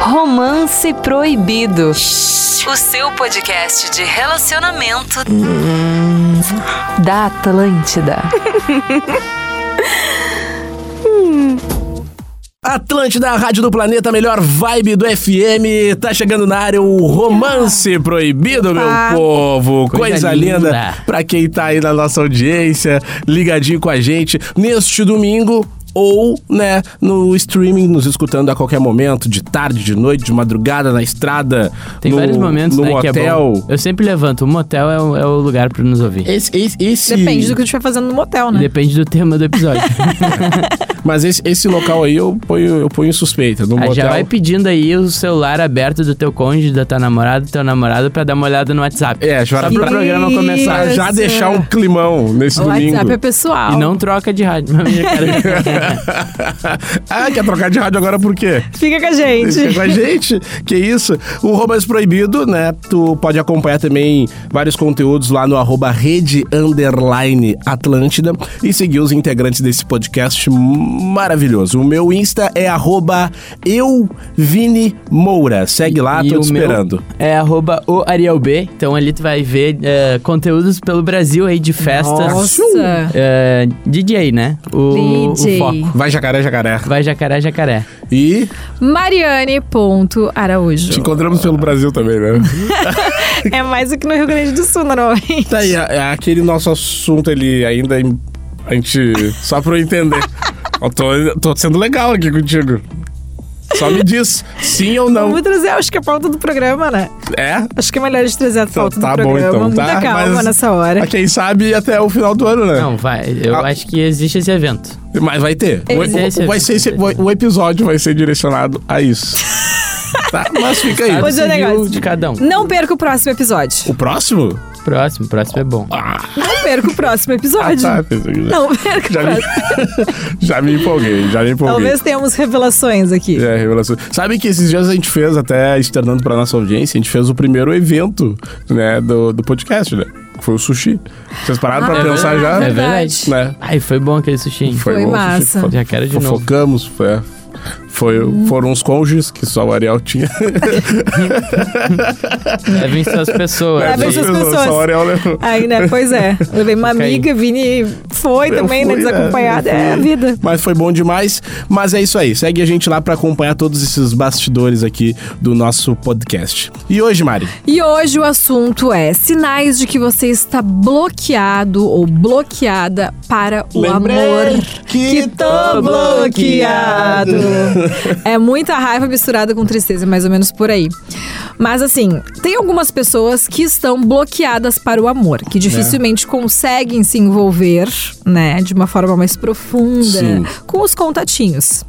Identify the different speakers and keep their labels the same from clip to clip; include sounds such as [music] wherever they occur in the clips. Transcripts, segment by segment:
Speaker 1: Romance Proibido. O seu podcast de relacionamento da Atlântida.
Speaker 2: Atlântida, a Rádio do Planeta, a melhor vibe do FM. Tá chegando na área o Romance Proibido, meu povo. Coisa,
Speaker 3: Ah. Coisa
Speaker 2: linda.
Speaker 3: linda.
Speaker 2: pra quem tá aí na nossa audiência, ligadinho com a gente neste domingo. Ou, né, no streaming, nos escutando a qualquer momento, de tarde, de noite, de madrugada, na estrada.
Speaker 3: Tem
Speaker 2: no-
Speaker 3: vários momentos
Speaker 2: no
Speaker 3: né, que é
Speaker 2: hotel.
Speaker 3: bom. Eu sempre levanto. O motel é o, é o lugar pra nos ouvir.
Speaker 2: Esse, esse, esse-
Speaker 4: Depende do que a gente vai fazendo no motel,
Speaker 2: é
Speaker 4: né?
Speaker 3: Depende do tema do
Speaker 2: [laughs]
Speaker 3: episódio.
Speaker 2: Mas esse, esse local aí eu ponho, eu ponho suspeita. No
Speaker 3: Aí
Speaker 2: motel,
Speaker 3: Ah, já vai pedindo aí o celular aberto do teu cônjuge, da tua namorada, do teu namorado pra dar uma olhada no WhatsApp.
Speaker 2: É, já
Speaker 3: Só
Speaker 2: pra-
Speaker 3: pro programa começar.
Speaker 2: pra já
Speaker 4: Isso.
Speaker 2: deixar um climão nesse
Speaker 4: O
Speaker 2: domingo.
Speaker 4: WhatsApp é pessoal.
Speaker 3: [laughs] E não troca de rádio.
Speaker 2: [laughs] ah, quer trocar de rádio agora por quê?
Speaker 4: Fica com a gente.
Speaker 2: Fica com a gente. Que isso? O Romance Proibido, né? Tu pode acompanhar também vários conteúdos lá no arroba rede underline Atlântida e seguir os integrantes desse podcast maravilhoso. O meu Insta é arroba eu Vini Moura. Segue lá,
Speaker 3: E
Speaker 2: tô
Speaker 3: o
Speaker 2: te
Speaker 3: meu
Speaker 2: esperando.
Speaker 3: É arroba o Ariel B. Então ali tu vai ver eh, conteúdos pelo Brasil aí de festas.
Speaker 4: Nossa.
Speaker 3: Eh, DJ, né? O,
Speaker 4: DJ.
Speaker 3: o foco.
Speaker 2: Vai jacaré, jacaré.
Speaker 3: Vai jacaré, jacaré.
Speaker 2: E te [laughs]
Speaker 4: Mariane.araújo.
Speaker 2: encontramos pelo Brasil também, né?
Speaker 4: É mais do que no Rio Grande do Sul, normalmente.
Speaker 2: Tá aí, a- a- aquele nosso assunto ele ainda. em- A gente. Só pra eu
Speaker 4: [laughs]
Speaker 2: entender. Eu tô, tô sendo legal aqui contigo. Só me diz, sim ou não.
Speaker 4: Vamos trazer, acho que é a pauta do programa, né?
Speaker 2: É?
Speaker 4: Acho que é melhor a gente trazer a
Speaker 2: Tá,
Speaker 4: pauta
Speaker 2: tá
Speaker 4: do
Speaker 2: bom
Speaker 4: programa.
Speaker 2: então,
Speaker 4: Muita
Speaker 2: tá?
Speaker 4: calma
Speaker 2: Mas-
Speaker 4: nessa hora.
Speaker 2: mas Quem sabe até o final do ano, né?
Speaker 3: Não, vai. Eu
Speaker 2: Ah.
Speaker 3: acho que existe esse evento.
Speaker 2: Mas vai ter. O,
Speaker 3: Esse-
Speaker 2: o-
Speaker 3: esse-
Speaker 2: vai ser, esse- o- o episódio vai ser direcionado a
Speaker 4: [laughs]
Speaker 2: isso. tá? Mas fica aí.
Speaker 3: Estado
Speaker 4: Pois é,
Speaker 3: civil
Speaker 4: negócio.
Speaker 3: de cada um.
Speaker 4: Não perca o
Speaker 2: [laughs]
Speaker 4: próximo episódio.
Speaker 2: O próximo?
Speaker 3: Próximo, próximo é bom.
Speaker 4: Não perca o próximo
Speaker 2: Ah,
Speaker 4: episódio.
Speaker 2: tá. pensei que-
Speaker 4: Não perca o
Speaker 2: Já me,
Speaker 4: próximo.
Speaker 2: [laughs] já me empolguei, já me empolguei.
Speaker 4: Talvez tenhamos revelações aqui.
Speaker 2: É, revelação. Sabe que esses dias a gente fez, até externando pra nossa audiência, a gente fez o primeiro evento, né, do, do podcast, né? Foi o sushi. Vocês pararam pra
Speaker 3: Ah, é
Speaker 2: pensar já?
Speaker 3: verdade.
Speaker 2: Né?
Speaker 3: Ai, foi bom aquele sushi. hein?
Speaker 4: Foi
Speaker 2: bom o
Speaker 4: massa.
Speaker 2: Sushi.
Speaker 3: Já quero de novo.
Speaker 2: Fofocamos, foi... Foi, foram uns cônjuges que só o Ariel tinha.
Speaker 3: Levem suas pessoas.
Speaker 4: Levem
Speaker 2: [laughs]
Speaker 3: E-
Speaker 4: suas-
Speaker 2: Só o
Speaker 4: É, pessoas.
Speaker 2: Ariel levou.
Speaker 4: Aí, né?
Speaker 2: [laughs]
Speaker 4: Pois é. Levei uma
Speaker 3: Fica aí.
Speaker 4: amiga, Vini foi
Speaker 2: Eu
Speaker 4: também, né?
Speaker 2: fui,
Speaker 4: Desacompanhada.
Speaker 2: eu fui.
Speaker 4: É a vida.
Speaker 2: Mas foi bom demais. Mas é isso aí. Segue a gente lá pra acompanhar todos esses bastidores aqui do nosso podcast. E hoje, Mari?
Speaker 4: E hoje o assunto é sinais de que você está bloqueado ou bloqueada para o
Speaker 2: Lembrei
Speaker 4: amor.
Speaker 2: que tô bloqueado.
Speaker 4: é muita raiva misturada com tristeza, mais ou menos por aí. Mas assim, tem algumas pessoas que estão bloqueadas para o amor,
Speaker 2: Né.
Speaker 4: que dificilmente conseguem se envolver, né, de uma forma mais profunda
Speaker 2: Sim.
Speaker 4: com os contatinhos.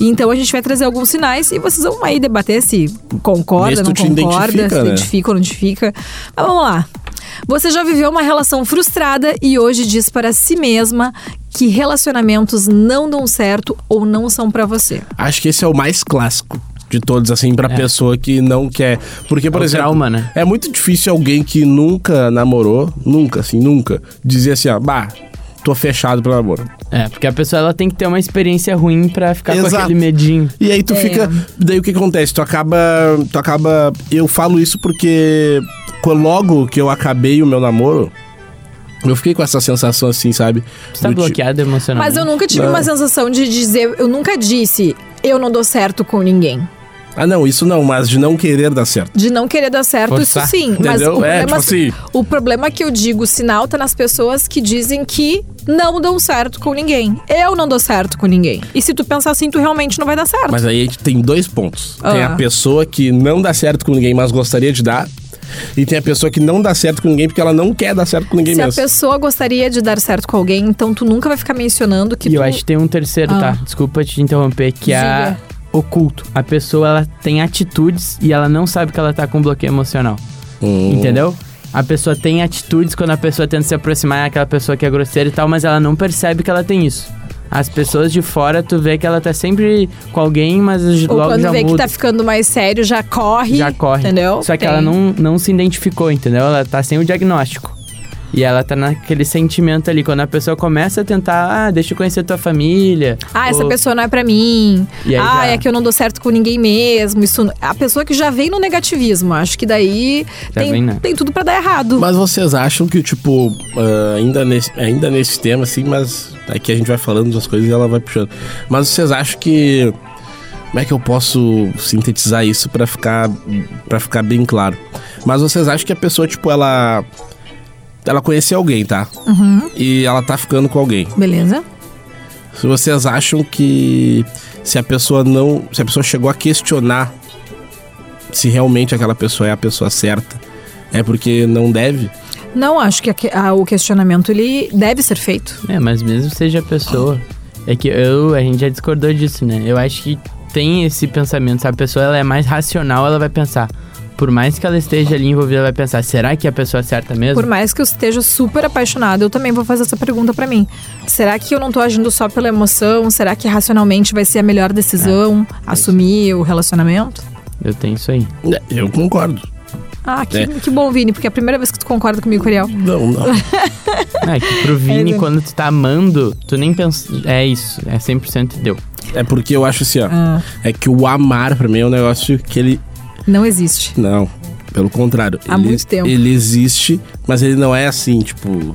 Speaker 4: Então a gente vai trazer alguns sinais e vocês vão aí debater se
Speaker 2: Vê
Speaker 4: concorda,
Speaker 2: se
Speaker 4: não
Speaker 2: tu te
Speaker 4: concorda,
Speaker 2: identifica,
Speaker 4: se
Speaker 2: né?
Speaker 4: identifica ou não identifica. Mas vamos lá. Você já viveu uma relação frustrada e hoje diz para si mesma que relacionamentos não dão certo ou não são pra você.
Speaker 2: Acho que esse é o mais clássico de todos, assim, pra pessoa que não quer. Porque, por
Speaker 3: É. o
Speaker 2: exemplo.
Speaker 3: trauma, né?
Speaker 2: É muito difícil alguém que nunca namorou, nunca, assim, nunca, dizer assim, ó, bah, tô fechado pra namoro.
Speaker 3: É, porque a pessoa ela tem que ter uma experiência ruim pra ficar com
Speaker 2: Exato.
Speaker 3: aquele medinho.
Speaker 2: E aí tu
Speaker 4: É.
Speaker 2: fica. Daí o que acontece? Tu acaba. Tu acaba. Eu falo isso porque co- logo que eu acabei o meu namoro, eu fiquei com essa sensação assim, sabe?
Speaker 3: Você tá
Speaker 2: Do ti-
Speaker 3: bloqueado emocionalmente.
Speaker 4: Mas eu nunca tive
Speaker 2: Não.
Speaker 4: uma sensação de dizer, eu nunca disse, eu não dou certo com ninguém.
Speaker 2: Ah, não, isso não, mas de não querer dar certo.
Speaker 4: De não querer dar certo,
Speaker 3: Forçar.
Speaker 4: isso sim. Mas
Speaker 2: Entendeu?
Speaker 4: o
Speaker 2: É,
Speaker 4: problema,
Speaker 2: tipo assim.
Speaker 4: o problema que eu digo, o sinal tá nas pessoas que dizem que não dão certo com ninguém. Eu não dou certo com ninguém. E se tu pensar assim, tu realmente não vai dar certo.
Speaker 2: Mas aí a gente tem dois pontos. Tem a
Speaker 4: Ah.
Speaker 2: pessoa que não dá certo com ninguém, mas gostaria de dar. E tem a pessoa que não dá certo com ninguém porque ela não quer dar certo com ninguém
Speaker 4: se
Speaker 2: mesmo.
Speaker 4: a pessoa gostaria de dar certo com alguém, então tu nunca vai ficar mencionando que
Speaker 3: E
Speaker 4: tu.
Speaker 3: eu acho que tem um terceiro,
Speaker 4: Ah.
Speaker 3: tá? Desculpa te interromper, que é
Speaker 4: Diga.
Speaker 3: oculto. A pessoa, ela tem atitudes e ela não sabe que ela tá com bloqueio emocional.
Speaker 2: Hum.
Speaker 3: Entendeu? A pessoa tem atitudes quando a pessoa tenta se aproximar, é aquela pessoa que é grosseira e tal, mas ela não percebe que ela tem isso. As pessoas de fora, tu vê que ela tá sempre com alguém, mas
Speaker 4: Ou
Speaker 3: logo
Speaker 4: quando
Speaker 3: já
Speaker 4: vê que
Speaker 3: muda.
Speaker 4: tá ficando mais sério, já corre.
Speaker 3: já corre.
Speaker 4: Entendeu?
Speaker 3: Só que
Speaker 4: Tem.
Speaker 3: ela não, não se identificou, entendeu? Ela tá sem o diagnóstico. E ela tá naquele sentimento ali. Quando a pessoa começa a tentar, ah, deixa eu conhecer tua família.
Speaker 4: Ah, essa
Speaker 3: ou-
Speaker 4: pessoa não é pra mim.
Speaker 3: E aí
Speaker 4: ah,
Speaker 3: já-
Speaker 4: é que eu não dou certo com ninguém mesmo. Isso, a pessoa que já vem no negativismo, acho que daí
Speaker 3: Já
Speaker 4: tem,
Speaker 3: vem, né?
Speaker 4: tem tudo pra dar errado.
Speaker 2: Mas vocês acham que, tipo, ah, ainda, nesse, ainda nesse tema, assim, mas aqui a gente vai falando das coisas e ela vai puxando. Mas vocês acham que. Como é que eu posso sintetizar isso pra ficar para ficar bem claro? Mas vocês acham que a pessoa, tipo, ela. Ela conheceu alguém, tá?
Speaker 4: Uhum.
Speaker 2: E ela tá ficando com alguém.
Speaker 4: Beleza?
Speaker 2: Se vocês acham que se a pessoa não, se a pessoa chegou a questionar se realmente aquela pessoa é a pessoa certa, é porque não deve?
Speaker 4: Não acho que a- a- o questionamento ele deve ser feito.
Speaker 3: É, mas mesmo seja a pessoa. É que eu, a gente já discordou disso, né? Eu acho que tem esse pensamento. Se a pessoa ela é mais racional, ela vai pensar. Por mais que ela esteja ali envolvida, ela vai pensar: será que é a pessoa certa mesmo?
Speaker 4: Por mais que eu esteja super apaixonada, eu também vou fazer essa pergunta pra mim. Será que eu não tô agindo só pela emoção? Será que racionalmente vai ser a melhor decisão
Speaker 3: É.
Speaker 4: assumir o relacionamento?
Speaker 3: Eu tenho isso aí.
Speaker 2: É, Eu concordo.
Speaker 4: Ah, que,
Speaker 2: É.
Speaker 4: que bom, Vini, porque é a primeira vez que tu concorda comigo, Ariel.
Speaker 2: Não, não.
Speaker 3: Ah, é
Speaker 4: [laughs]
Speaker 3: que pro Vini,
Speaker 4: né?
Speaker 3: quando tu tá amando, tu nem pensa. É isso, é 100% deu.
Speaker 2: É porque eu acho assim, ó. É que o amar pra mim é um negócio que ele
Speaker 4: Não existe.
Speaker 2: não, pelo contrário.
Speaker 4: Há
Speaker 2: ele,
Speaker 4: muito tempo.
Speaker 2: Ele existe, mas ele não é assim, tipo.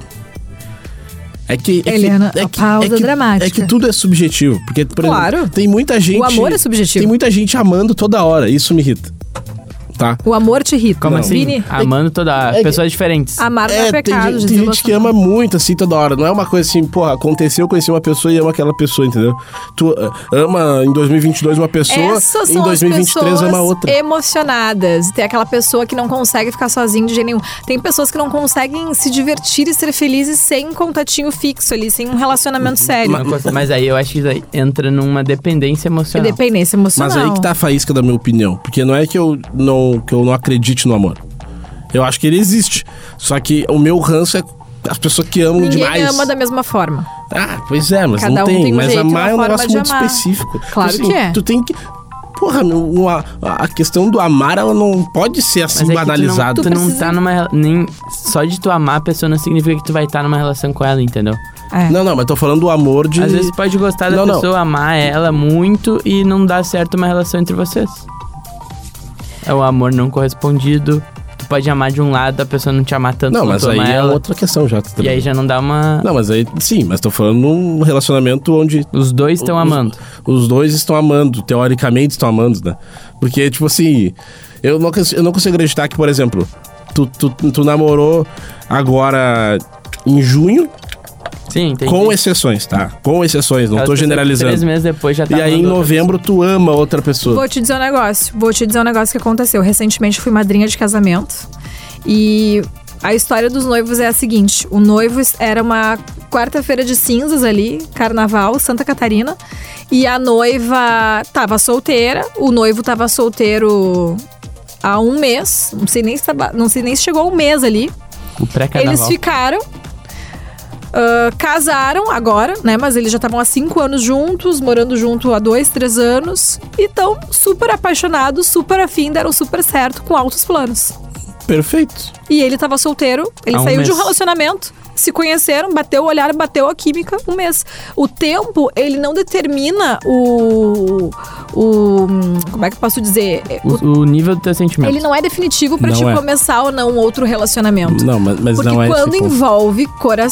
Speaker 2: É que é
Speaker 4: Helena,
Speaker 2: que, é
Speaker 4: a
Speaker 2: que-
Speaker 4: pausa
Speaker 2: é que-
Speaker 4: dramática.
Speaker 2: É que tudo é subjetivo, porque por exemplo,
Speaker 4: Claro.
Speaker 2: tem muita gente.
Speaker 4: amor é subjetivo.
Speaker 2: Tem muita gente amando toda hora. Isso me irrita, tá?
Speaker 4: O amor te irrita.
Speaker 3: Como assim?
Speaker 4: Vini,
Speaker 3: Amando toda.
Speaker 2: é que-
Speaker 3: pessoas diferentes.
Speaker 4: amar não é,
Speaker 2: tem,
Speaker 4: pecado.
Speaker 2: gente, tem
Speaker 4: Jesus
Speaker 2: gente que ama muito, assim, toda hora. Não é uma coisa assim, porra, aconteceu, conheci uma pessoa e ama aquela pessoa, entendeu? Tu ah, ama em 2022 uma pessoa,
Speaker 4: Essas
Speaker 2: em
Speaker 4: são as
Speaker 2: 2023
Speaker 4: pessoas
Speaker 2: ama é outra.
Speaker 4: emocionadas. Tem aquela pessoa que não consegue ficar sozinha de jeito nenhum. Tem pessoas que não conseguem se divertir e ser felizes sem um contatinho fixo ali, sem um relacionamento sério.
Speaker 3: Não consigo- Mas aí eu acho que isso aí entra numa dependência emocional.
Speaker 4: Dependência emocional.
Speaker 2: Tá. Mas aí que tá a faísca da minha opinião. Porque não é que eu não, que eu não acredite no amor. Eu acho que ele existe. Só que o meu ranço é as pessoas que amam
Speaker 4: Ninguém
Speaker 2: demais.
Speaker 4: ama da mesma forma.
Speaker 2: Ah, pois é, mas
Speaker 4: Cada
Speaker 2: não
Speaker 4: um
Speaker 2: tem.
Speaker 4: tem um
Speaker 2: mas
Speaker 4: jeito e uma
Speaker 2: amar é um
Speaker 4: forma
Speaker 2: negócio
Speaker 4: de
Speaker 2: muito
Speaker 4: amar.
Speaker 2: específico.
Speaker 4: Claro
Speaker 2: Assim,
Speaker 4: que é.
Speaker 2: Tu tem que. Porra, meu, uma- a questão do amar, ela não pode ser assim
Speaker 3: Mas é que
Speaker 2: banalizada.
Speaker 3: Tu não, tu não
Speaker 4: precisa-
Speaker 3: tá numa. rela- Nem, só de tu amar a pessoa não significa que tu vai estar numa relação com ela, entendeu?
Speaker 4: É.
Speaker 2: Não, não, mas tô falando do amor de.
Speaker 3: Às vezes pode gostar da
Speaker 2: Não, não.
Speaker 3: pessoa, amar ela muito e não dar certo uma relação entre vocês. É o amor não correspondido. Tu pode amar de um lado, a pessoa não te amar tanto
Speaker 2: Não,
Speaker 3: quanto
Speaker 2: mas
Speaker 3: tu
Speaker 2: aí
Speaker 3: ama
Speaker 2: é
Speaker 3: ela.
Speaker 2: outra questão já.
Speaker 3: um E aí já não dá uma.
Speaker 2: Não, mas aí sim, mas tô falando num relacionamento onde
Speaker 3: Os dois estão
Speaker 2: Os-
Speaker 3: amando.
Speaker 2: Os dois estão amando, teoricamente estão amando, né? Porque, tipo assim, eu não, cons- eu não consigo acreditar que, por exemplo, tu, tu, tu namorou agora em junho,
Speaker 3: Sim, entendi.
Speaker 2: com exceções, tá? Com exceções, não
Speaker 3: Aquelas
Speaker 2: tô
Speaker 3: pessoas que Três
Speaker 2: generalizando.
Speaker 3: meses depois já tá
Speaker 2: E aí em
Speaker 3: amando outra
Speaker 2: novembro tu ama outra pessoa.
Speaker 4: Vou te dizer um negócio. Vou te dizer um negócio que aconteceu. Recentemente eu fui madrinha de casamento. E a história dos noivos é a seguinte: o noivo era uma quarta-feira de cinzas ali, carnaval, Santa Catarina. E a noiva tava solteira, o noivo tava solteiro há um mês. Não sei nem se, tava- não sei nem se chegou a um mês ali.
Speaker 3: pessoa. O pré-carnaval.
Speaker 4: Eles ficaram. ah, casaram agora, né? Mas eles já estavam há cinco anos juntos, morando junto há dois, três anos. E estão super apaixonados, super afim, deram super certo, com altos planos.
Speaker 2: Perfeito.
Speaker 4: E ele tava solteiro, ele
Speaker 3: Há um
Speaker 4: saiu de um
Speaker 3: mês.
Speaker 4: relacionamento, se conheceram, bateu o olhar, bateu a química, um mês. O tempo, ele não determina o. o como é que eu posso dizer?
Speaker 3: O, o nível do teu sentimento.
Speaker 4: Ele não é definitivo pra
Speaker 2: Não
Speaker 4: te
Speaker 2: é.
Speaker 4: começar ou não outro relacionamento.
Speaker 2: Não, mas, mas
Speaker 4: Porque
Speaker 2: não é
Speaker 4: quando
Speaker 2: esse ponto.
Speaker 4: envolve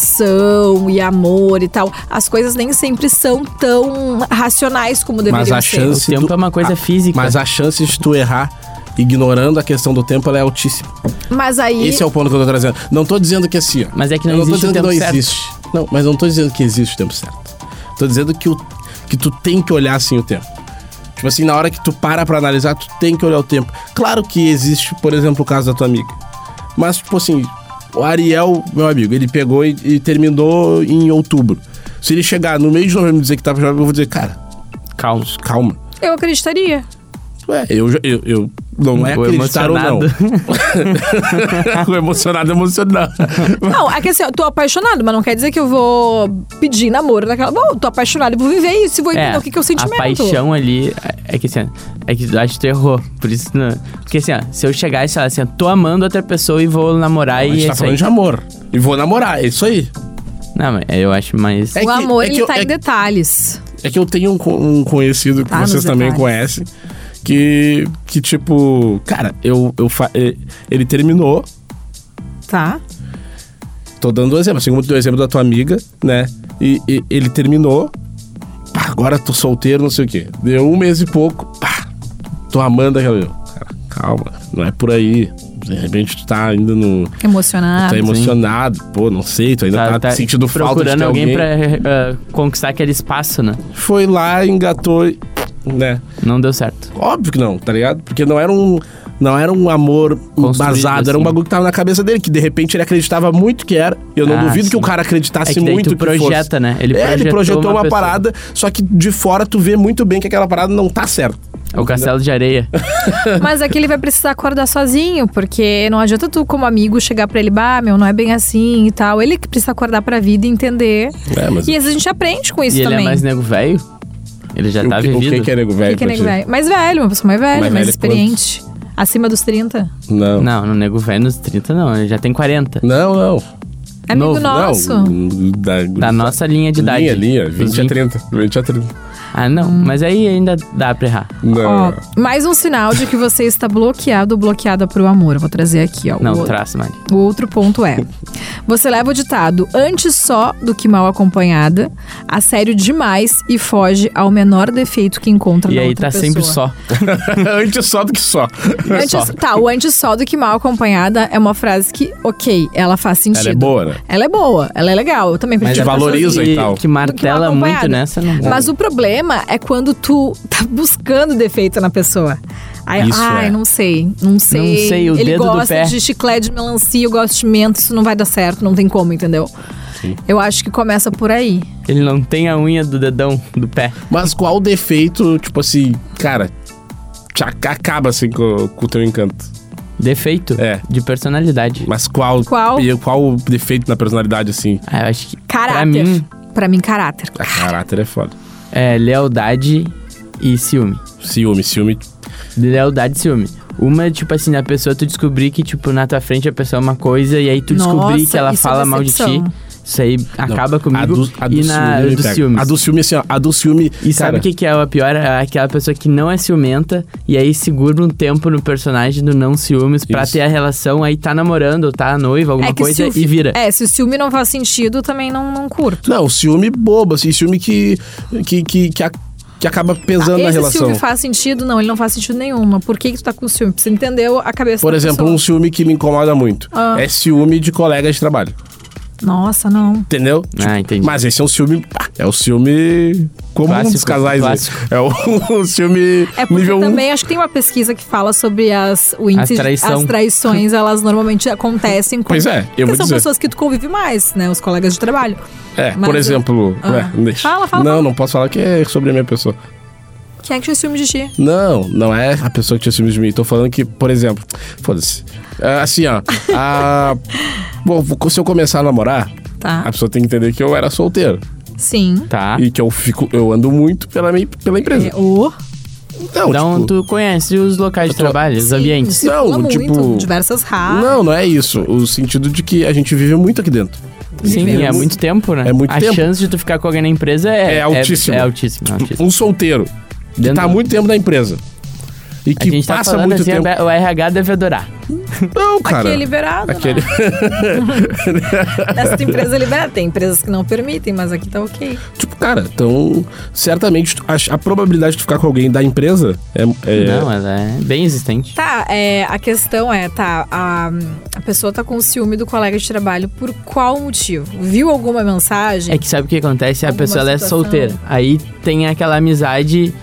Speaker 4: coração e amor e tal, as coisas nem sempre são tão racionais como deveriam
Speaker 2: Mas a
Speaker 4: ser.
Speaker 2: chance
Speaker 3: O tempo
Speaker 2: do-
Speaker 3: é uma coisa física.
Speaker 2: Mas a chance de tu errar ignorando a questão do tempo ela é altíssima.
Speaker 4: Mas aí.
Speaker 2: Esse é o ponto que eu tô trazendo. Não tô dizendo que assim, ó.
Speaker 3: Mas é que não
Speaker 2: eu
Speaker 3: existe
Speaker 2: não
Speaker 3: o
Speaker 2: tô dizendo
Speaker 3: tempo
Speaker 2: que não
Speaker 3: certo.
Speaker 2: existe. Não, mas eu não tô dizendo que existe o tempo certo. Tô dizendo que, o, que tu tem que olhar assim o tempo. Tipo assim, na hora que tu para pra analisar, tu tem que olhar o tempo. Claro que existe, por exemplo, o caso da tua amiga. Mas, tipo assim, o Ariel, meu amigo, ele pegou e, e terminou em outubro. Se ele chegar no meio de novembro e dizer que tá jovem, eu vou dizer, cara,
Speaker 3: Calma.
Speaker 2: calma. [laughs]
Speaker 4: Eu acreditaria.
Speaker 2: Ué, eu, já- eu, eu não é
Speaker 3: Ou
Speaker 2: acreditar ou não. [laughs] O emocionado é emocional.
Speaker 4: Não, é que assim, eu tô apaixonado, mas não quer dizer que eu vou pedir namoro naquela. Bom, tô apaixonado, eu vou viver isso, vou entender o que, que é o sentimento.
Speaker 3: A paixão ali é- é que assim, ó, é que eu acho que tu errou. Por isso não. Porque assim, ó, se eu chegasse e falasse assim, ó, tô amando outra pessoa e vou namorar
Speaker 2: A
Speaker 3: e
Speaker 2: gente
Speaker 3: é
Speaker 2: tá
Speaker 3: isso aí.
Speaker 2: falando de amor. E vou namorar, é isso aí.
Speaker 3: Não, mas eu acho mais.
Speaker 2: É
Speaker 4: o
Speaker 2: que-
Speaker 4: amor
Speaker 2: é que
Speaker 4: ele
Speaker 2: eu-
Speaker 4: tá
Speaker 2: é-
Speaker 4: em detalhes.
Speaker 2: É que eu tenho um, co- um conhecido que
Speaker 4: Tá nos
Speaker 2: vocês também
Speaker 4: detalhes.
Speaker 2: conhecem. Que, que tipo, cara, eu, eu fa- eh, ele terminou.
Speaker 4: Tá?
Speaker 2: Tô dando um exemplo, assim como tu deu o exemplo da tua amiga, né? E, e ele terminou. Pá, agora tô solteiro, não sei o quê. Deu um mês e pouco. Pá, tô amando aquela. eu, Cara, calma, não é por aí. De repente tu tá ainda no.
Speaker 4: Emocionado.
Speaker 2: tá emocionado, pô, não sei, tu ainda tá, sentindo falta de
Speaker 3: procurando
Speaker 2: ter alguém.
Speaker 3: alguém pra eh, conquistar aquele espaço, né?
Speaker 2: Foi lá, engatou, e, né?
Speaker 3: Não deu certo.
Speaker 2: Óbvio que não, tá ligado? Porque não era um. Não era um amor
Speaker 3: Construído,
Speaker 2: basado, era um
Speaker 3: assim.
Speaker 2: bagulho que tava na cabeça dele, que de repente ele acreditava muito que era. E eu não
Speaker 3: Ah,
Speaker 2: duvido que
Speaker 3: sim.
Speaker 2: o cara acreditasse
Speaker 3: É que daí
Speaker 2: muito
Speaker 3: tu
Speaker 2: que fosse.
Speaker 3: projeta, né? Ele
Speaker 2: É, ele
Speaker 3: projetou
Speaker 2: projetou uma,
Speaker 3: uma pessoa.
Speaker 2: parada, só que de fora tu vê muito bem que aquela parada não tá certa.
Speaker 3: É o castelo de areia.
Speaker 4: Mas aqui ele vai precisar acordar sozinho, porque não adianta tu, como amigo, chegar pra ele, bah, meu, não é bem assim e tal. Ele que precisa acordar pra vida e entender.
Speaker 2: É, mas
Speaker 4: E às vezes a gente aprende com isso
Speaker 3: e ele é
Speaker 4: também.
Speaker 3: mais nego velho? Ele já
Speaker 2: o,
Speaker 3: tá
Speaker 2: que- o
Speaker 3: vivido.
Speaker 2: que que é nego velho?
Speaker 4: que que é
Speaker 2: pra
Speaker 4: nego
Speaker 2: ti?
Speaker 4: velho? Mais velho, uma pessoa mais velha,
Speaker 2: Mais
Speaker 4: mais,
Speaker 2: velha
Speaker 4: experiente. Acima dos 30.
Speaker 2: Não. não.
Speaker 3: Não, no nego velho nos 30 não, ele já tem 40.
Speaker 2: Não,
Speaker 4: Amigo
Speaker 3: Novo.
Speaker 2: não.
Speaker 4: nosso.
Speaker 2: Da,
Speaker 3: Da nossa linha de idade.
Speaker 2: Linha, linha,
Speaker 3: Dos
Speaker 2: 20 a
Speaker 3: 20.
Speaker 2: 30. 20 a 30.
Speaker 3: Ah, não, mas aí ainda dá pra errar.
Speaker 2: Não.
Speaker 4: Ó, mais um sinal de que você está bloqueado ou bloqueada pro amor. Eu Vou trazer aqui, ó.
Speaker 3: Não,
Speaker 4: o,
Speaker 3: traço, Mari.
Speaker 4: o outro ponto é: você leva o ditado antes só do que mal acompanhada, a sério demais e foge ao menor defeito que encontra
Speaker 3: E
Speaker 4: na
Speaker 3: aí
Speaker 4: outra
Speaker 3: tá
Speaker 4: pessoa.
Speaker 3: sempre só.
Speaker 2: [laughs] Antes só do que só.
Speaker 4: Antes, tá, o antes só do que mal acompanhada é uma frase que, ok, ela faz sentido.
Speaker 2: Ela é boa, né?
Speaker 4: Ela é boa, ela é legal. Eu também prefiro
Speaker 2: te
Speaker 4: estar
Speaker 2: valoriza
Speaker 4: sozinha.
Speaker 2: e tal.
Speaker 3: Que martela
Speaker 4: Do que uma
Speaker 3: muito
Speaker 4: acompanhada.
Speaker 3: nessa, não.
Speaker 4: Mas o problema é quando tu tá buscando defeito na pessoa. Aí,
Speaker 2: Isso
Speaker 4: ai,
Speaker 2: é.
Speaker 4: não sei, não sei.
Speaker 3: Não sei, o
Speaker 4: Ele
Speaker 3: dedo do
Speaker 4: gosta
Speaker 3: pé.
Speaker 4: de chiclete, de melancia, eu gosto de menta, isso não vai dar certo, não tem como, entendeu? Eu acho que começa por aí.
Speaker 3: Ele não tem a unha do dedão do pé.
Speaker 2: Mas qual o defeito, tipo assim, cara, te ac- acaba assim com, com o teu encanto?
Speaker 3: Defeito
Speaker 2: É.
Speaker 3: de personalidade.
Speaker 2: Mas qual,
Speaker 4: Qual?
Speaker 2: e qual o defeito na personalidade, assim?
Speaker 3: Ah, eu acho que
Speaker 4: Caráter.
Speaker 3: pra mim
Speaker 4: Pra mim, caráter.
Speaker 2: A caráter é foda.
Speaker 3: é lealdade e ciúme.
Speaker 2: Ciúme, ciúme.
Speaker 3: Lealdade e ciúme. Uma, tipo assim, a pessoa tu descobrir que, tipo, na tua frente a pessoa é uma coisa e aí tu descobrir
Speaker 4: Nossa,
Speaker 3: que ela
Speaker 4: isso é
Speaker 3: fala mal de ti.
Speaker 4: decepção.
Speaker 3: Isso aí acaba comigo.
Speaker 2: A do, a do
Speaker 3: e na
Speaker 2: ciúme. me
Speaker 3: do
Speaker 2: pega.
Speaker 3: ciúme.
Speaker 2: A do ciúme, assim, ó. A do ciúme.
Speaker 3: E sabe o
Speaker 2: cara,
Speaker 3: que, que é o pior? É aquela pessoa que não é ciumenta e aí segura um tempo no personagem do não ciúmes pra
Speaker 2: Isso.
Speaker 3: ter a relação, aí tá namorando, tá noiva, alguma
Speaker 4: é que
Speaker 3: coisa
Speaker 4: se o,
Speaker 3: e vira.
Speaker 4: É, se o ciúme não faz sentido, eu também não, não curto.
Speaker 2: Não, ciúme bobo, assim, ciúme que. que, que, que, a- que acaba pesando
Speaker 3: Então,
Speaker 2: na
Speaker 4: Ah, Esse
Speaker 2: relação.
Speaker 4: ciúme faz sentido? Não, ele não faz sentido nenhuma. Por que, que tu tá com ciúme? Você entendeu a cabeça
Speaker 2: Por
Speaker 4: da
Speaker 2: exemplo, um
Speaker 4: pessoa.
Speaker 2: ciúme que me incomoda muito.
Speaker 4: Ah.
Speaker 2: É ciúme de colega de trabalho.
Speaker 4: Nossa, não.
Speaker 2: Entendeu?
Speaker 3: Ah, entendi.
Speaker 2: Mas esse é um ciúme. ah, É o ciúme comum
Speaker 3: Clássico,
Speaker 2: dos casais. né?
Speaker 3: clássico.
Speaker 2: É o, [laughs] o ciúme
Speaker 4: É porque
Speaker 2: nível 1.
Speaker 4: também acho que tem uma pesquisa que fala sobre as, o índice.
Speaker 3: As traição.
Speaker 4: as traições, elas normalmente acontecem com.
Speaker 2: Pois é, eu
Speaker 4: porque
Speaker 2: vou
Speaker 4: são
Speaker 2: dizer.
Speaker 4: pessoas que tu convive mais, né? Os colegas de trabalho.
Speaker 2: É,
Speaker 4: Mas
Speaker 2: por
Speaker 4: eu-
Speaker 2: exemplo.
Speaker 4: Ah.
Speaker 2: ué, deixa.
Speaker 4: Fala, fala,
Speaker 2: Não,
Speaker 4: fala.
Speaker 2: não posso falar que é sobre a minha pessoa.
Speaker 4: Quem é que tinha ciúme de ti?
Speaker 2: Não, não é a pessoa que tinha ciúmes de mim. Tô falando que, por exemplo, foda-se. Ah, assim, ó.
Speaker 4: [laughs]
Speaker 2: a- Bom, vou- se eu começar a namorar, a
Speaker 4: Tá.
Speaker 2: pessoa tem que entender que eu era solteiro.
Speaker 4: Sim.
Speaker 3: Tá.
Speaker 2: E que eu fico, eu ando muito pela, minha, pela empresa.
Speaker 4: É, o.
Speaker 2: Então,
Speaker 3: Então
Speaker 2: tipo,
Speaker 3: tu conhece os locais de
Speaker 2: eu tô-
Speaker 3: trabalho, os
Speaker 4: Sim,
Speaker 3: ambientes.
Speaker 4: circula
Speaker 2: Não,
Speaker 4: muito,
Speaker 2: tipo-
Speaker 4: Diversas raças.
Speaker 2: Não, não é isso. O sentido de que a gente vive muito aqui dentro.
Speaker 3: Sim, é muito tempo, né?
Speaker 2: É muito
Speaker 3: a
Speaker 2: tempo.
Speaker 3: chance de tu ficar com alguém na empresa é,
Speaker 2: É altíssimo.
Speaker 3: É, altíssimo, é altíssimo.
Speaker 2: Um solteiro que
Speaker 3: Dentro-
Speaker 2: tá há muito tempo na empresa. E
Speaker 3: A
Speaker 2: que
Speaker 3: gente tá
Speaker 2: passa
Speaker 3: falando
Speaker 2: muito
Speaker 3: assim,
Speaker 2: tempo.
Speaker 3: o RH deve adorar.
Speaker 2: Não, cara.
Speaker 4: Aqui é liberado.
Speaker 2: Aquele- [laughs]
Speaker 4: Não. Nessa empresa é liberada. Tem empresas que não permitem, mas aqui tá ok.
Speaker 2: Tipo, cara, então, certamente tu- a, a probabilidade de tu ficar com alguém da empresa é. é-
Speaker 3: Não, mas é bem existente.
Speaker 4: Tá, é, a questão é, tá, a, a pessoa tá com ciúme do colega de trabalho por qual motivo? Viu alguma mensagem?
Speaker 3: É que sabe o que acontece? A
Speaker 4: Alguma
Speaker 3: pessoa ela é
Speaker 4: situação.
Speaker 3: solteira. Aí tem aquela amizade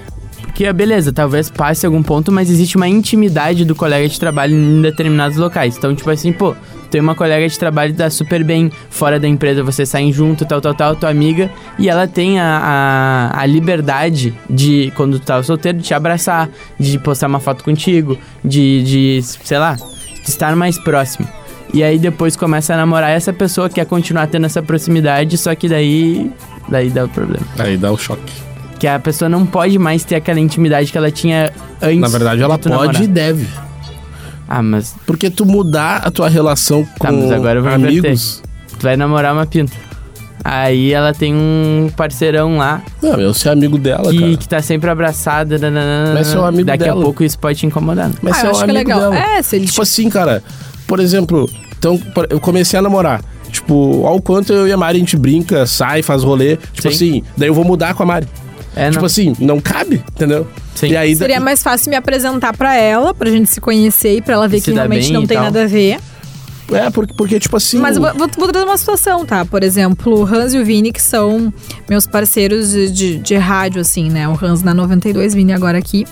Speaker 3: que, é, beleza, talvez passe algum ponto, mas existe uma intimidade do colega de trabalho em determinados locais. Então, tipo assim, pô, tem uma colega de trabalho que tá super bem fora da empresa, vocês saem junto, tal, tal, tal, tua amiga, e ela tem a, a, a liberdade de, quando tu tava solteiro, de te abraçar, de postar uma foto contigo, de, de sei lá, de estar mais próximo. E aí depois começa a namorar e essa pessoa quer continuar tendo essa proximidade, só que daí. Daí dá o problema.
Speaker 2: Aí dá o choque.
Speaker 3: Que a pessoa não pode mais ter aquela intimidade que ela tinha antes.
Speaker 2: Na verdade, ela
Speaker 3: de tu
Speaker 2: pode e
Speaker 3: namorar.
Speaker 2: deve.
Speaker 3: Ah, mas.
Speaker 2: Porque tu mudar a tua relação com
Speaker 3: Tá, mas agora eu vou
Speaker 2: amigos.
Speaker 3: tu vai namorar uma pinta. Aí ela tem um parceirão lá
Speaker 2: Não, eu ser amigo dela,
Speaker 3: que,
Speaker 2: cara.
Speaker 3: que tá sempre abraçado. nananana.
Speaker 2: Mas você é um amigo
Speaker 3: Daqui
Speaker 2: dela.
Speaker 3: a pouco isso pode te incomodar.
Speaker 2: Mas
Speaker 4: Ah,
Speaker 2: você
Speaker 4: eu
Speaker 2: é um
Speaker 4: acho que é
Speaker 2: amigo
Speaker 4: legal.
Speaker 2: dela.
Speaker 4: É, se ele
Speaker 2: Tipo assim, cara, por exemplo, então, por- eu comecei a namorar. Tipo, ao quanto eu e a Mari, a gente brinca, sai, faz rolê. Tipo assim, daí eu vou mudar com a Mari.
Speaker 3: É, não.
Speaker 2: tipo assim, não cabe, entendeu?
Speaker 3: Sim.
Speaker 2: E aí,
Speaker 4: Seria mais fácil me apresentar pra ela, pra gente se conhecer e pra ela ver
Speaker 3: Se
Speaker 4: que
Speaker 3: dá
Speaker 4: realmente
Speaker 3: bem
Speaker 4: não
Speaker 3: e
Speaker 4: tem
Speaker 3: tal. Uh.
Speaker 4: nada a ver.
Speaker 2: É, porque, porque tipo assim.
Speaker 4: Mas eu vou, vou- vou trazer uma situação, tá? Por exemplo, o Hans e o Vini, que são meus parceiros de, de- de rádio, assim, né? O Hans na 92, Vini agora aqui.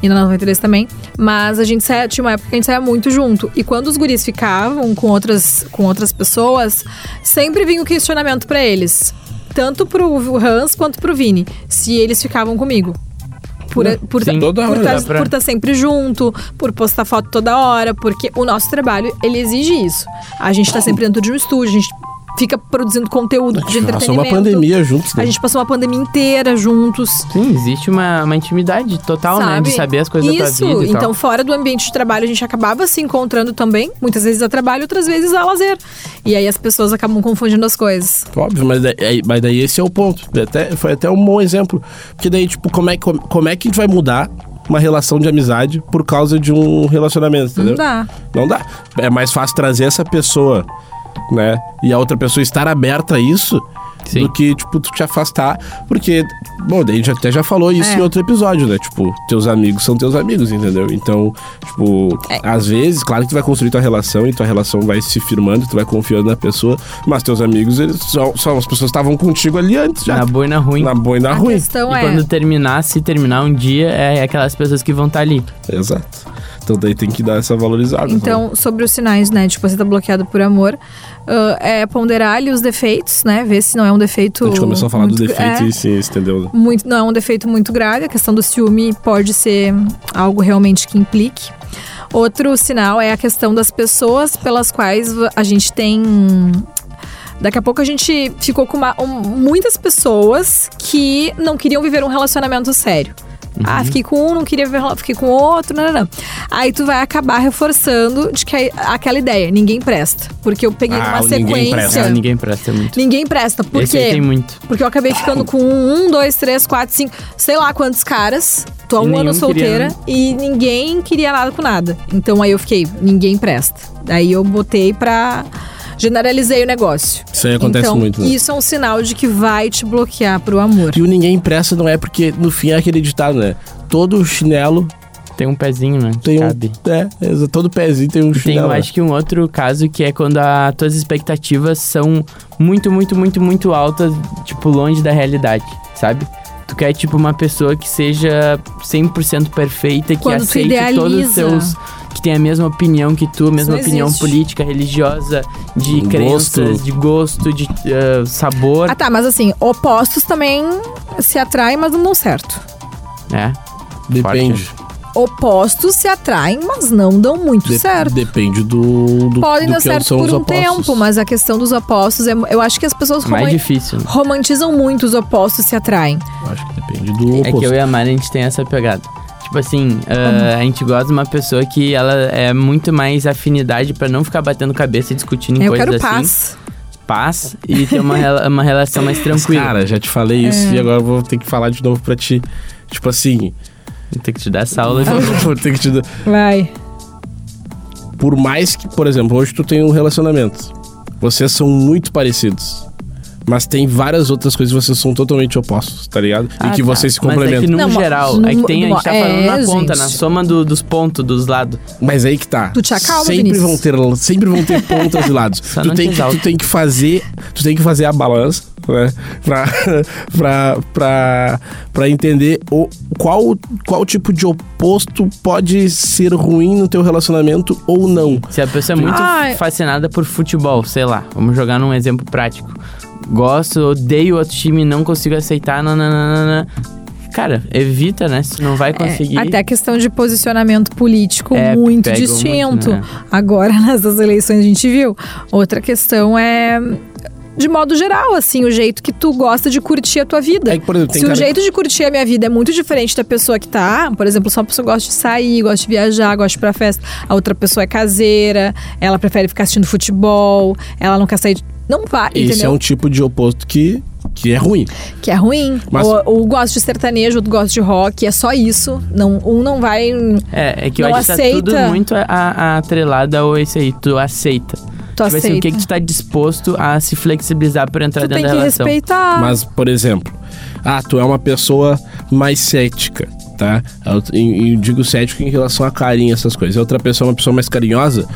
Speaker 4: E na 92 também. Mas a gente saia, tinha uma época que a gente saia muito junto. E quando os guris ficavam com outras, com outras pessoas, sempre vinha o questionamento pra eles. Tanto pro Hans quanto pro Vini. Se eles ficavam comigo. Por, por,
Speaker 3: Sim,
Speaker 4: por,
Speaker 2: toda hora
Speaker 4: tá-
Speaker 3: dá pra-
Speaker 4: por estar sempre junto, por postar foto toda hora, porque o nosso trabalho, ele exige isso. A gente tá sempre dentro de um estúdio, a gente fica produzindo conteúdo de entretenimento.
Speaker 2: Passou uma pandemia juntos, né?
Speaker 4: A gente passou uma pandemia inteira juntos.
Speaker 3: Sim, existe uma, uma intimidade total, né?
Speaker 4: sabe?
Speaker 3: De saber as coisas
Speaker 4: Isso.
Speaker 3: da tua vida e
Speaker 4: então,
Speaker 3: tal.
Speaker 4: fora do ambiente de trabalho, a gente acabava se encontrando também, muitas vezes a trabalho, outras vezes a lazer. E aí as pessoas acabam confundindo as coisas.
Speaker 2: Óbvio, mas daí, aí- mas daí esse é o ponto. Até- foi até um bom exemplo. Porque daí, tipo, como é, que- como é que a gente vai mudar uma relação de amizade por causa de um relacionamento, entendeu?
Speaker 4: Não dá.
Speaker 2: Não dá. É mais fácil trazer essa pessoa, né? E a outra pessoa estar aberta a isso
Speaker 3: Sim.
Speaker 2: do que, tipo, tu te afastar. Porque, bom, daí a gente até já falou isso
Speaker 4: É.
Speaker 2: em outro episódio, né? Tipo, teus amigos são teus amigos, entendeu? Então, tipo,
Speaker 4: É.
Speaker 2: às vezes, claro que tu vai construir tua relação e tua relação vai se firmando, tu vai confiando na pessoa, mas teus amigos, eles são, são as pessoas que estavam contigo ali antes já.
Speaker 3: Na boa e na ruim.
Speaker 2: Na boa e na
Speaker 4: A
Speaker 2: Tá ruim.
Speaker 4: questão
Speaker 3: e
Speaker 4: é.
Speaker 3: quando terminar, se terminar um dia, é aquelas pessoas que vão estar ali.
Speaker 2: Exato. Então daí tem que dar essa valorizada.
Speaker 4: Então, sobre os sinais, né? Tipo, você tá bloqueado por amor. ah, é ponderar ali os defeitos, né? Ver se não é um defeito.
Speaker 2: a gente começou a falar
Speaker 4: muito,
Speaker 2: do defeito
Speaker 4: é,
Speaker 2: e se estendeu, né?
Speaker 4: muito- Não é um defeito muito grave. A questão do ciúme pode ser algo realmente que implique. Outro sinal é a questão das pessoas pelas quais a gente tem. Daqui a pouco a gente ficou com uma- um- muitas pessoas que não queriam viver um relacionamento sério. Ah, fiquei com um, não queria ver, fiquei com outro, não, não, não. Aí tu vai acabar reforçando de que a- aquela ideia, ninguém presta. Porque eu peguei
Speaker 2: Ah,
Speaker 4: uma
Speaker 2: o ninguém
Speaker 4: sequência.
Speaker 2: presta.
Speaker 3: Ah, ninguém presta muito.
Speaker 4: Ninguém presta. Por
Speaker 3: Esse aí
Speaker 4: quê?
Speaker 3: tem muito.
Speaker 4: Porque eu acabei ficando com um, um, dois, três, quatro, cinco, sei lá quantos caras. Tô há
Speaker 3: E
Speaker 4: um ano
Speaker 3: nenhum
Speaker 4: solteira
Speaker 2: né?
Speaker 4: e ninguém queria nada com nada. Então aí eu fiquei, ninguém presta. Daí eu botei pra. Generalizei o negócio.
Speaker 2: Isso aí acontece
Speaker 4: então,
Speaker 2: muito, né?
Speaker 4: Isso é um sinal de que vai te bloquear pro amor.
Speaker 2: E o ninguém pressa não é porque, no fim, é aquele ditado, né? Todo chinelo
Speaker 3: Tem um pezinho, né? que
Speaker 2: tem
Speaker 3: cabe.
Speaker 2: um... É, exa- todo pezinho tem um
Speaker 3: Tem,
Speaker 2: chinelo.
Speaker 3: eu
Speaker 2: né?
Speaker 3: acho que um outro caso que é quando as tuas expectativas são muito, muito, muito, muito altas, tipo, longe da realidade, sabe? Tu quer, tipo, uma pessoa que seja 100% perfeita, que
Speaker 4: Quando tu
Speaker 3: aceite todos
Speaker 4: idealiza.
Speaker 3: os seus... Que tem a mesma opinião que tu, a mesma
Speaker 4: não
Speaker 3: opinião
Speaker 4: existe.
Speaker 3: política, religiosa, de
Speaker 2: Gosto.
Speaker 3: crenças, de gosto, de ah, sabor.
Speaker 4: Ah tá, mas assim, opostos também se atraem, mas não dão certo.
Speaker 3: É.
Speaker 2: Depende.
Speaker 4: Opostos se atraem, mas não dão muito
Speaker 2: De-
Speaker 4: certo.
Speaker 2: Depende do, do
Speaker 4: Podem
Speaker 2: do
Speaker 4: dar
Speaker 2: que
Speaker 4: certo
Speaker 2: são
Speaker 4: por
Speaker 2: os
Speaker 4: um
Speaker 2: opostos.
Speaker 4: tempo, mas a questão dos opostos é. Eu acho que as pessoas
Speaker 3: Mais
Speaker 4: roman-
Speaker 3: difícil. né?
Speaker 4: romantizam muito os opostos se atraem.
Speaker 2: Eu Acho que depende do
Speaker 3: É que eu
Speaker 2: oposto.
Speaker 3: e a Mari, a gente tem essa pegada. Tipo
Speaker 4: Uhum.
Speaker 3: assim, ah, a gente gosta de uma pessoa que ela é muito mais afinidade pra não ficar batendo cabeça e
Speaker 2: Hum,
Speaker 3: discutindo em
Speaker 4: É, eu
Speaker 3: coisas
Speaker 4: quero
Speaker 3: assim.
Speaker 4: paz.
Speaker 3: Paz. E ter uma, rela- uma relação
Speaker 4: [laughs]
Speaker 3: mais tranquila.
Speaker 2: Cara, já te falei
Speaker 4: É.
Speaker 2: isso e agora eu vou ter que falar de novo pra ti. Tipo assim,
Speaker 3: Vou ter que te dar essa
Speaker 4: Ah.
Speaker 2: [laughs]
Speaker 3: aula. viu?
Speaker 2: vou ter que te dar-
Speaker 4: Vai.
Speaker 2: por mais que, por exemplo, hoje tu tem um relacionamento. Vocês são muito parecidos. Mas tem várias outras coisas que vocês são totalmente opostos, tá ligado?
Speaker 3: Ah,
Speaker 2: e que
Speaker 3: tá.
Speaker 2: vocês se
Speaker 3: Mas é que
Speaker 2: complementam.
Speaker 3: no
Speaker 4: Não, mas
Speaker 3: geral,
Speaker 4: no-
Speaker 3: é que tem, a gente tá
Speaker 4: é,
Speaker 3: falando na conta,
Speaker 4: gente.
Speaker 3: na soma do- dos pontos, dos lados.
Speaker 2: Mas aí que tá.
Speaker 4: Tu te acalma,
Speaker 2: sempre
Speaker 4: Vinícius?
Speaker 2: vão ter Sempre vão ter pontas e lados.
Speaker 3: [laughs] Só
Speaker 2: tu,
Speaker 3: não
Speaker 2: tem
Speaker 3: te
Speaker 2: que, tu
Speaker 3: exalta.
Speaker 2: tem que fazer. Tu tem que fazer a balança, né? Pra, [laughs] pra, pra, pra entender o, qual, qual tipo de oposto pode ser ruim no teu relacionamento ou não.
Speaker 3: Se a pessoa é muito
Speaker 4: Ai.
Speaker 3: fascinada por futebol, sei lá, vamos jogar num exemplo prático. Gosto, odeio outro time, não consigo aceitar, nananana. Cara, evita, né? Se não vai conseguir.
Speaker 4: É, até a questão de posicionamento político
Speaker 3: É,
Speaker 4: muito
Speaker 3: pegam
Speaker 4: distinto.
Speaker 2: né?
Speaker 3: muito,
Speaker 4: Agora, [laughs] nessas eleições, a gente viu. Outra questão é. De modo geral, assim, o jeito que tu gosta de curtir a tua vida.
Speaker 2: É que, por exemplo, tem
Speaker 4: Se o
Speaker 2: cara-
Speaker 4: jeito de curtir a minha vida é muito diferente da pessoa que tá, por exemplo, só uma pessoa gosta de sair, gosta de viajar, gosta de ir pra festa, a outra pessoa é caseira, ela prefere ficar assistindo futebol, ela não quer sair não vai,
Speaker 2: Esse é
Speaker 4: entendeu?
Speaker 2: um tipo de oposto que, que é ruim.
Speaker 4: Que é ruim.
Speaker 2: Mas-
Speaker 4: Ou, ou gosta de sertanejo, outro gosta de rock, é só isso. Não, um não vai.
Speaker 3: É, é que eu
Speaker 4: Não
Speaker 3: acho
Speaker 4: aceita.
Speaker 3: que tá tudo muito a, a, atrelado ao isso aí. Tu aceita.
Speaker 4: Tu
Speaker 3: tipo assim, o que,
Speaker 4: aceita.
Speaker 3: que tu tá disposto a se flexibilizar pra entrar
Speaker 4: Tu tem
Speaker 3: dentro da
Speaker 4: que
Speaker 3: relação?
Speaker 4: respeitar.
Speaker 2: Mas, por exemplo, ah, tu é uma pessoa mais cética, tá? Eu, eu- eu digo cético em relação a carinho, essas coisas. E Outra pessoa é uma pessoa mais carinhosa.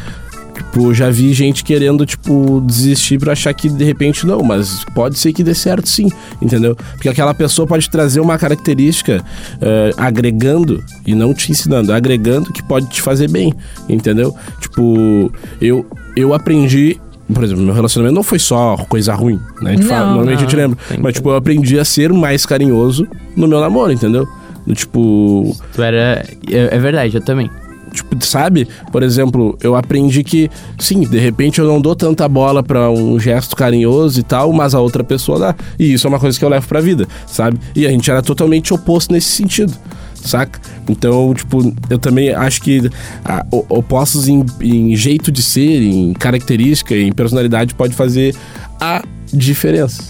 Speaker 2: Tipo, já vi gente querendo, tipo, desistir pra achar que de repente não, mas pode ser que dê certo sim, entendeu? Porque aquela pessoa pode trazer uma característica eh, agregando e não te ensinando, agregando que pode te fazer bem, entendeu? Tipo, eu, eu aprendi. Por exemplo, meu relacionamento não foi só coisa ruim, né? A gente fala-
Speaker 4: Não,
Speaker 2: normalmente a gente
Speaker 3: não,
Speaker 2: lembra.
Speaker 3: tem
Speaker 2: Mas,
Speaker 3: que-
Speaker 2: tipo, eu aprendi a ser mais carinhoso no meu namoro, entendeu? Do Tipo,
Speaker 3: Tu era. É, é verdade, eu também.
Speaker 2: tipo, sabe? Por exemplo, eu aprendi que, sim, de repente eu não dou tanta bola pra um gesto carinhoso e tal, mas a outra pessoa dá. E isso é uma coisa que eu levo pra vida, sabe? E a gente era totalmente oposto nesse sentido. Saca? Então, tipo, eu também acho que ah, o- opostos em, em jeito de ser, em característica, em personalidade, pode fazer a diferença.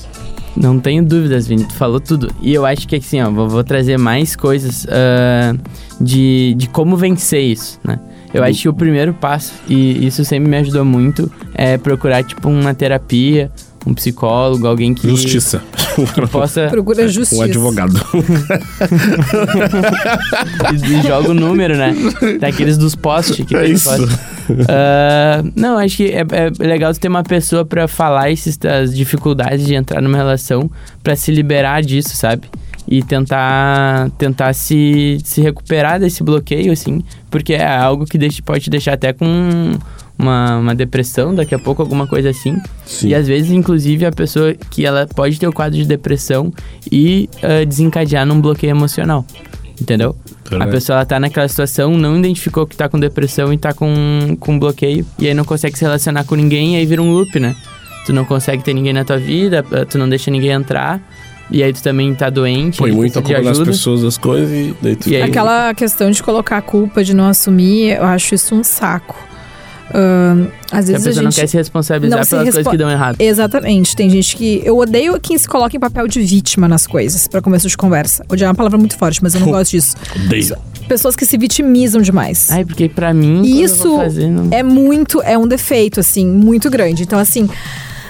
Speaker 3: Não tenho dúvidas, Vini, tu falou tudo. E eu acho que assim, ó, vou, vou trazer mais coisas ah, de, de como vencer isso, né? Eu acho que o primeiro passo, e isso sempre me ajudou muito, é procurar, tipo, uma terapia, um psicólogo, alguém que,
Speaker 2: Justiça.
Speaker 3: que possa.
Speaker 4: Procura
Speaker 2: [laughs] Um
Speaker 4: justiça.
Speaker 2: advogado.
Speaker 3: e joga o
Speaker 2: [laughs]
Speaker 3: número, né? Daqueles dos posts que
Speaker 2: É
Speaker 3: tem
Speaker 2: isso.
Speaker 3: post. Ah, não, acho que é, é legal tu ter uma pessoa pra falar esses, as dificuldades de entrar numa relação, pra se liberar disso, sabe? E tentar, tentar se, se recuperar desse bloqueio, assim, porque é algo que deixa- pode te deixar até com uma, uma depressão, daqui a pouco alguma coisa assim.
Speaker 2: Sim.
Speaker 3: E às vezes, inclusive, a pessoa que ela pode ter o quadro de depressão e ah, desencadear num bloqueio emocional. Entendeu? A
Speaker 2: Verdade.
Speaker 3: pessoa ela tá naquela situação, não identificou que tá com depressão e tá com, com bloqueio. E aí não consegue se relacionar com ninguém e aí vira um loop, né? Tu não consegue ter ninguém na tua vida, ah, tu não deixa ninguém entrar. E aí tu também tá doente.
Speaker 2: Põe
Speaker 3: aí
Speaker 2: muito a
Speaker 3: precisa
Speaker 2: culpa
Speaker 3: de
Speaker 2: nas
Speaker 3: ajuda.
Speaker 2: pessoas das coisas e daí tu
Speaker 3: E aí-
Speaker 4: Aquela questão de colocar a culpa, de não assumir, eu acho isso um saco. Ahn, às
Speaker 3: Se a
Speaker 4: vezes
Speaker 3: pessoa
Speaker 4: a gente.
Speaker 3: não quer se responsabilizar
Speaker 4: não
Speaker 3: pelas
Speaker 4: se
Speaker 3: coisas
Speaker 4: respo-
Speaker 3: que dão errado.
Speaker 4: Exatamente. Tem gente que. Eu odeio quem se coloca em papel de vítima nas coisas, pra começo de conversa. Odiar é uma palavra muito forte, mas eu
Speaker 2: [laughs]
Speaker 4: não gosto disso.
Speaker 2: odeia.
Speaker 4: Pessoas que se vitimizam demais.
Speaker 3: Ai, porque pra mim,
Speaker 4: E
Speaker 3: quando eu
Speaker 4: isso
Speaker 3: vou fazer, não-
Speaker 4: é muito, é um defeito, assim, muito grande. Então, assim,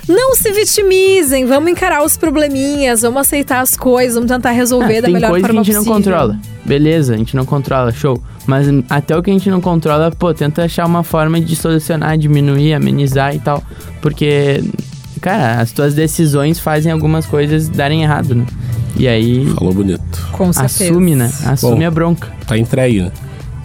Speaker 4: não se vitimizem, vamos encarar os probleminhas, vamos aceitar as coisas, vamos tentar resolver
Speaker 3: Ah,
Speaker 4: da
Speaker 3: tem
Speaker 4: melhor
Speaker 3: coisa
Speaker 4: forma
Speaker 3: que a gente
Speaker 4: possível.
Speaker 3: não controla. Beleza, a gente não controla, show. Mas hum, até o que a gente não controla, pô, tenta achar uma forma de solucionar, diminuir, amenizar e tal. Porque, cara, as tuas decisões fazem algumas coisas darem errado, né? E aí,
Speaker 2: Falou bonito.
Speaker 4: Com certeza.
Speaker 3: assume, né? Assume
Speaker 2: Bom.
Speaker 3: a bronca.
Speaker 2: Tá entregue, né?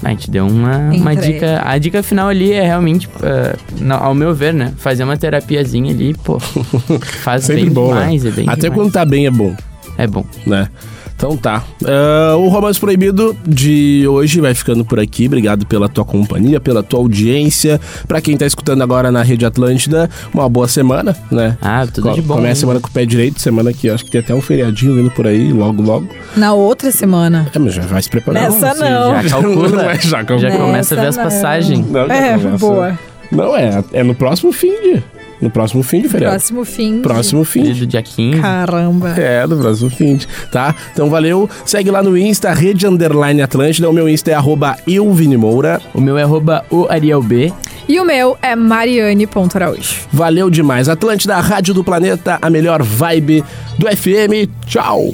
Speaker 3: A gente deu uma,
Speaker 4: Entrei.
Speaker 3: uma dica. A dica final ali é realmente, ah, na- ao meu ver, né? Fazer uma terapiazinha ali, pô. Faz
Speaker 2: Sempre
Speaker 3: bem
Speaker 2: bom,
Speaker 3: demais,
Speaker 2: né?
Speaker 3: é bem
Speaker 2: Até
Speaker 3: demais.
Speaker 2: quando tá bem é bom,
Speaker 3: É bom.
Speaker 2: né? Então tá. Ah, o Romance Proibido de hoje vai ficando por aqui. Obrigado pela tua companhia, pela tua audiência. Pra quem tá escutando agora na Rede Atlântida, uma boa semana, né?
Speaker 3: Ah, tudo
Speaker 2: Co-
Speaker 3: de bom.
Speaker 2: Começa a
Speaker 3: hein?
Speaker 2: semana com o pé direito, semana que eu acho que tem até um feriadinho vindo por aí, logo, logo.
Speaker 4: Na outra semana.
Speaker 2: É, mas já vai se preparando.
Speaker 4: Nessa
Speaker 3: Você [laughs]
Speaker 4: não.
Speaker 3: Já calcula.
Speaker 2: é já, calcula.
Speaker 3: Já começa a ver as
Speaker 4: Essa não.
Speaker 3: passagens.
Speaker 2: Não, já
Speaker 4: É,
Speaker 2: começa.
Speaker 4: boa.
Speaker 2: Não, é, é no próximo fim de. No próximo fim de feriado.
Speaker 4: Próximo fim. de-
Speaker 2: É. Próximo fim.
Speaker 3: Do dia 15.
Speaker 4: Caramba.
Speaker 2: É, do próximo fim, tá? Então valeu, segue lá no Insta, Rede Underline Atlântida, o meu Insta é arroba euvinimoura.
Speaker 3: O meu é arroba o Ariel B.
Speaker 4: E o meu é mariane.araújo.
Speaker 2: Valeu demais, Atlântida, a Rádio do Planeta, a melhor vibe do FM, tchau!